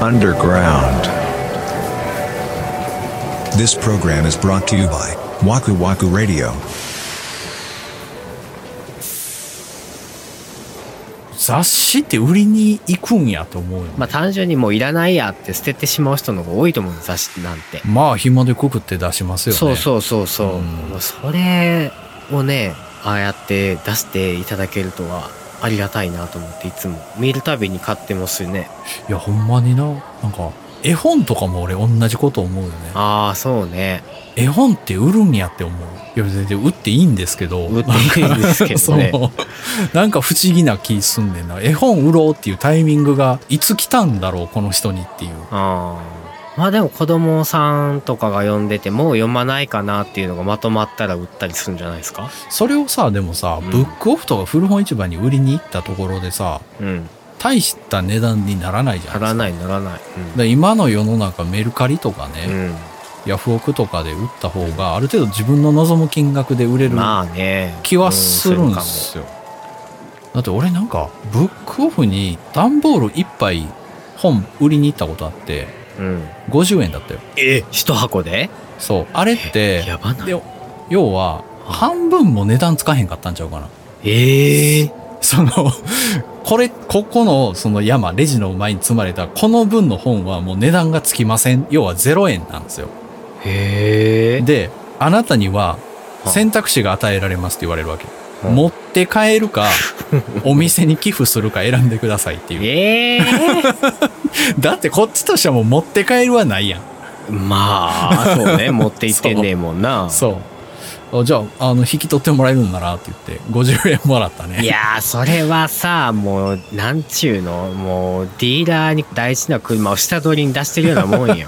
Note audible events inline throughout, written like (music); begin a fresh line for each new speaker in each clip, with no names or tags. underground.
This program is brought to you by Waku Waku Radio.
雑誌って売りに行くんやと思うよ、
まあ単純にもういらないやって捨ててしまう人の方が多いと思う雑誌なんて。
まあ紐でくくって出しますよね
そうそうそうそう。
うん
もうそれをね、ああやって出していただけるとはありがたいなと思っていつも見るたびに買ってますよね。
いやほんまにななんか絵本とかも俺同じこと思うよね
ああ、そうね。
絵本って売るんやって思ういや全然売っていいんですけど
売っていいんですけどね
(laughs) そうなんか不思議な気すんねんな絵本売ろうっていうタイミングがいつ来たんだろうこの人にっていう
ああ。まあでも子供さんとかが読んでてもう読まないかなっていうのがまとまったら売ったりするんじゃないですか
それをさでもさ、
うん
ブックオフとか古本市場に売りに行ったところでさ
うん。
大した値段にならないじゃな
ない
ですから
ないならな
だ
い。
から今の世の中メルカリとか
う
ね、
ん。うん
ヤフオクとかで売った方がある程度自分の望む金額で売れる
まあね。
気はする
うん
ですよ、だって俺なんかブックオフに段ボール1杯本売りに行ったことあって
するかもうん。
50円だったよ
え一箱で
そうあれって
やばない。
で要は半分も値段つかへんかったんちゃうかな
ええ
そのこれここのその山レジの前に積まれたこの分の本はもう値段がつきません要は0円なんですよ
へえ。
であなたには
あ
選択肢が与えられますって言われるわけ、
あ
持って帰る
(laughs)
かお店に寄付するか選んでくださいっていう
ええ
だってこっちとしてはもう持って帰るはないやん
まあ、そうね。持って行ってんねえもんな。
そうあじゃああの引き取ってもらえるんだなって言って50円もらったね
いやー、それはさ、もう、なんちゅうの、もう、ディーラーに大事な車を下取りに出してるようなもんよ。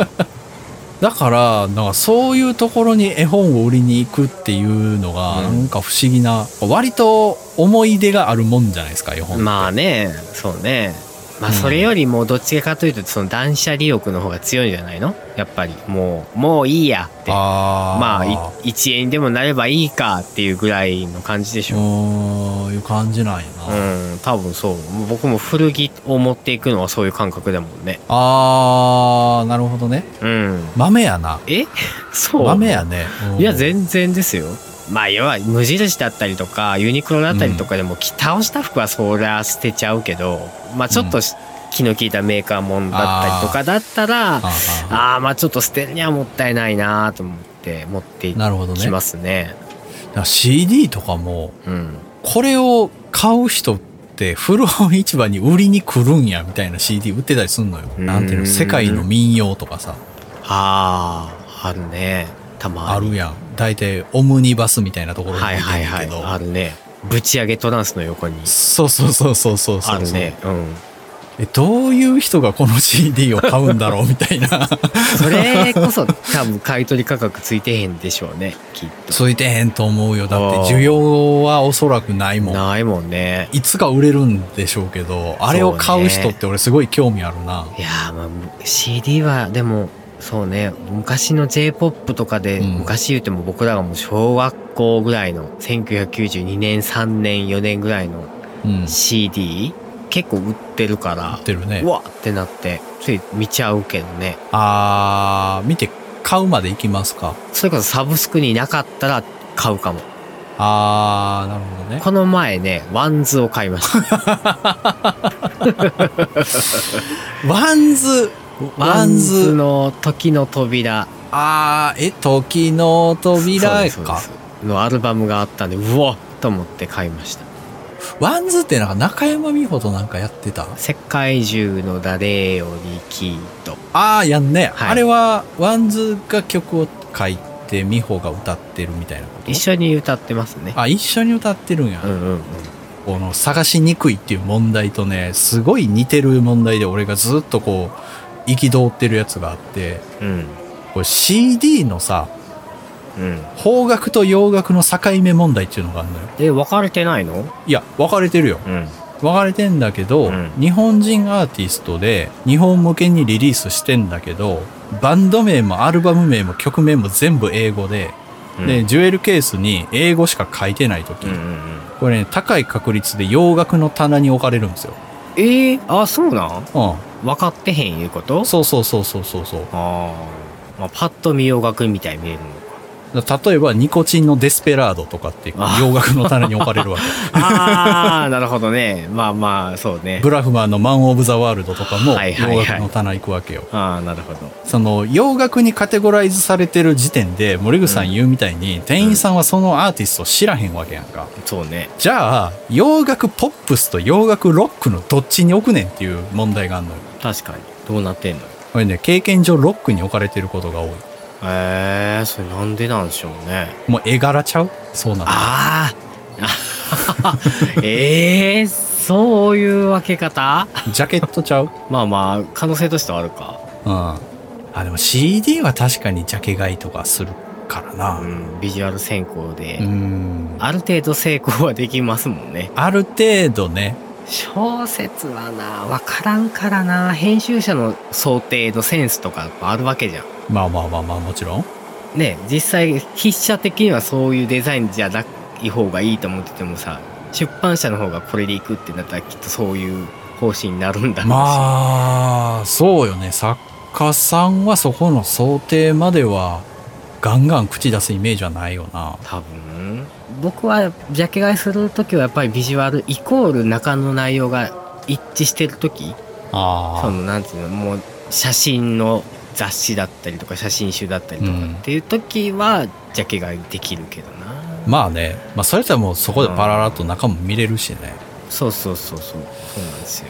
だからなんかそういうところに絵本を売りに行くっていうのが
う
なんんか不思議な割と思い出があるもんじゃないですか絵本、
(laughs) まあね、そうね。ま
う
あ、
ん
それよりも、どっちかというと、その断捨離欲の方が強いんじゃないのやっぱり、もう、もういいやって。
あー
まあ、い1円でもなればいいかっていうぐらいの感じでしょ。
うーんいう感じなんやな、
うん、多分そう。僕も古着を持っていくのはそういう感覚だもんね。
あーなるほどね
うん。
豆やな
え (laughs) そう
豆やね、うん
いや全然ですよまあ要は無印だったりとかユニクロだったりとかでも着倒した服はそりゃ捨てちゃうけどまあちょっとし気の利いたメーカーもんだったりとかだった
あ
らあ
あ
あーまあちょっと捨てるにはもったいないなと思って持ってい
なるほどね
きますね
だから CD とかも
うん
これを買う人って古本市場に売りに来るんやみたいな CD 売ってたりすんのよ
うん
なんていうの世界の民謡とかさ
あああるねたま
あ
に
るやん大体オムニバスみたいなところに置
はいい
て
はい
る
は
け
い
ど、
あるねぶち上げトランスの横に
そうそうそうそうそうそう
あるね (laughs) うん
えどういう人がこの CD を買うんだろうみたい
(laughs)
な
それこそ多分買い取り価格ついてへんでしょうねきっと
ついてへんと思うよだって需要はおそらくないもん
ないもんね
いつか売れるんでしょうけどあれを買う人って俺すごい興味あるな、
いやーまあむ CD はでもそうね昔の j p o p とかで、
うん
昔言うても僕らがもう小学校ぐらいの1992年3年4年ぐらいの
うん、知
CD 結構売ってるから
ってるね
うわっってなってつい見ちゃうけどね
あー見て買うまで行きますか
それこそサブスクになかったら買うかも
あーなるほどね
(laughs) この前ねワンズを買いま (laughs) した
ワンズワンズ
の時の扉
あーえ時の
そう
扉
ですそうで
か
すのアルバムがあったんでうわっと思って買いました
ワンズってなんか中山美穂となんかやってた
世界中の誰よりきっと
ああやんね、
はい
あれはワンズが曲を書いて美穂が歌ってるみたいなこと
一緒に歌ってますね
あ一緒に歌ってるんや、
うんうんうん
この探しにくいっていう問題とねすごい似てる問題で俺がずっとこう憤ってるやつがあって
うん
これ CD のさ
うん
邦楽と洋楽の境目問題っていうのがあるのよ
え別れてないの
いや分かれてるよ
うん
分かれてんだけど、
うん
日本人アーティストで日本向けにリリースしてんだけどバンド名もアルバム名も曲名も全部英語で、でジュエルケースに英語しか書いてない時、
うんうんうん
これね高い確率で洋楽の棚に置かれるんですよ
ええあそうなん
う
分かってへんいうこと
ん。そうそうそうそうそうそう。
あー、まあパッと見洋楽みたいに見えるのか
だから例えば、ニコチンのデスペラードとかって
あ
洋楽の棚に置かれるわけ。
(laughs) ああなるほどねまあまあそうね
ブラフマンのマン・オブ・ザ・ワールドとかも
はいはいはい
洋楽の棚行くわけよ。
ああなるほど
その洋楽にカテゴライズされてる時点で森口さん言うみたいに、店員さんはそのアーティストを知らへんわけやんか。
そうね
じゃあ、洋楽ポップスと洋楽ロックのどっちに置くねんっていう問題があるのよ。
確かにどうなってんの
これね、経験上ロックに置かれてることが多い。
ええそれなんでなんでしょうね
もう絵柄ちゃうそうなんだ。
ああ (laughs) ええそういう分け方
ジャケットちゃう
まあまあ可能性としてはあるか
うん。あ、でも CD は確かにジャケ買いとかするからな。
う
うん
ビジュアル先行で、
ーん。
ある程度成功はできますもんね
ある程度ね。
小説はな分からんからな編集者の想定のセンスとかあるわけじゃん
まあまあまあまあ、もちろん。
ね実際筆者的にはそういうデザインじゃない方がいいと思っててもさ出版社の方がこれでいくってなったらきっとそういう方針になるんだろうし、
まあ、そうよね。作家さんはそこの想定までは、ガンガン口出すイメージはないよな。
多分僕はジャケ買いする時はやっぱりビジュアルイコール中の内容が一致してる時そ
あ
のなんていうのもう写真の雑誌だったりとか写真集だったりとかっていう時はジャケ買いできるけどな、
あ。まあね。まあ、それとはもうそこでパララッと中も見れるしね。
そうそうそうそうそうなんですよ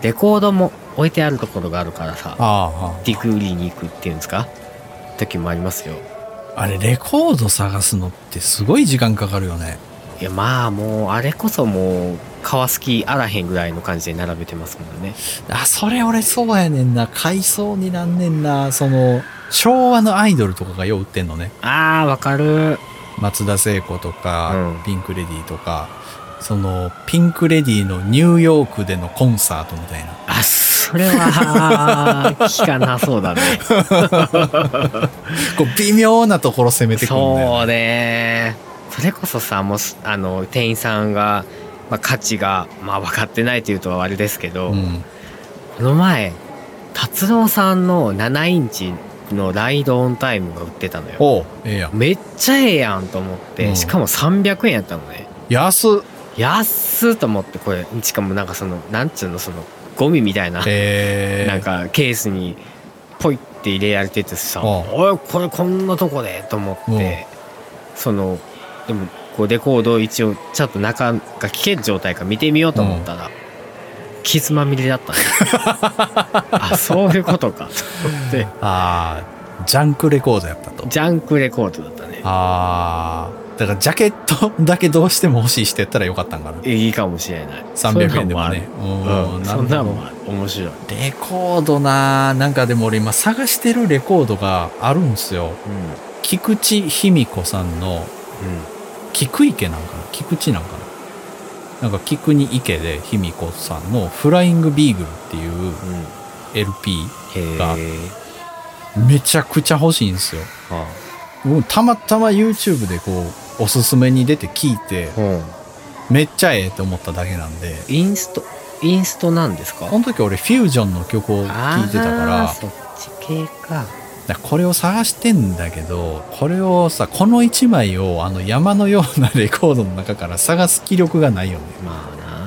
レコードも置いてあるところがあるからさ
あ
ディグ売りに行くっていうんですか時もありますよ
あ。あれ、レコード探すのってすごい時間かかるよね。
いやまあもうあれこそもう皮すきあらへんぐらいの感じで並べてますもんね
あ、それ俺そうやねんな。買いそうになんねんな。その、昭和のアイドルとかがよう売ってんのね。
あーわかる
松田聖子とか、
うん
ピンクレディーとか、その、ピンクレディーのニューヨークでのコンサートみたいな。 (laughs)
あそれは聞かなそ
(laughs)
うだね
こう、微妙なところ攻めてくるんだよ、
そ
ね。
うねそれこそさもうすあの店員さんが、まあ、価値が、まあ、分かってないというとあれですけど、
うん。
この前達郎さんの7インチのライドオンタイムが売ってたのよ
おう、ええやん。
めっちゃええやんと思って、
うん
しかも300円やったのね
安っ。
安っと思ってこれしかもなんかそのなんつうのそのゴミみたいな
ええ
なんかケースにポイって入れられててさ「
うん
おいこれこんなとこで」と思ってそのでもこうレコードを一応ちゃんと中が聞ける状態か見てみようと思ったら傷まみれ
(laughs)
だったねあそういうことかと思って
ああ、ジャンクレコードやったと。
ジャンクレコードだったね
ああ、だからジャケットだけどうしても欲しいしてやったらよかったんかな。
いいかもしれない
300円でもね。
そんなもんあるうんそんなも
ん
んある面白い、
レコードなぁなんかでも俺今探してるレコードがあるんすよ。
う
菊池卑美子さんの、
んうん、
菊池なんかな菊池なんかななんか菊に池で卑美子さんのフライングビーグルっていう LP、
へえ
がめちゃくちゃ欲しいんすよ。もうたまたま YouTube でこう、おすすめに出て聞いて、
うん
めっちゃええって思っただけなんで、
インストインストなんですか
この時俺フュージョンの曲を聴いてたから、
あーそっち系か
だからこれを探してんだけどこれをさこの1枚をあの山のようなレコードの中から (laughs) 探す気力がないよね
まあな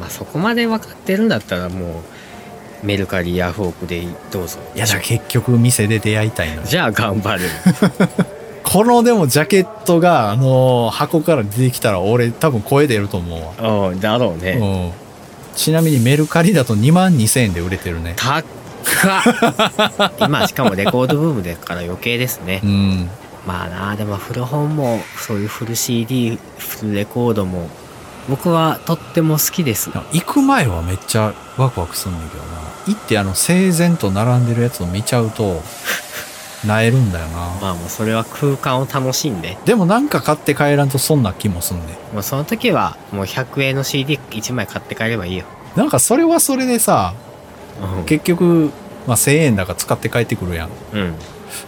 まあそこまで分かってるんだったらもうメルカリヤフオクでどうぞ
いやじゃあ結局店で出会いたいの
じゃあ頑 (laughs) 張る
このでもジャケットがあのー箱から出てきたら俺多分声出ると思うわ、
うんだろうね、
うん、ちなみにメルカリだと2万2000円で売れてるね
(laughs) 高っ今しかもレコードブームだから余計ですね
うん
まあなでも古本もそういうフル CD フルレコードも僕はとっても好きです
行く前はめっちゃワクワクするんだけどな行ってあの整然と並んでるやつを見ちゃう
(laughs)
となえるんだよな
まあもうそれは空間を楽しんで
でもなんか買って帰らんとそんな気もすんね
もうその時はもう100円の CD1 枚買って帰ればいいよ、
なんかそれはそれでさ
うん
結局、まあ、1000円だから使って帰ってくるやん
うん、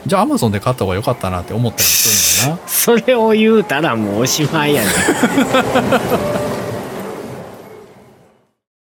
じゃあ Amazon で買った方が良かったなって思ったりするんだよな
それを言うたらもうおしまいやね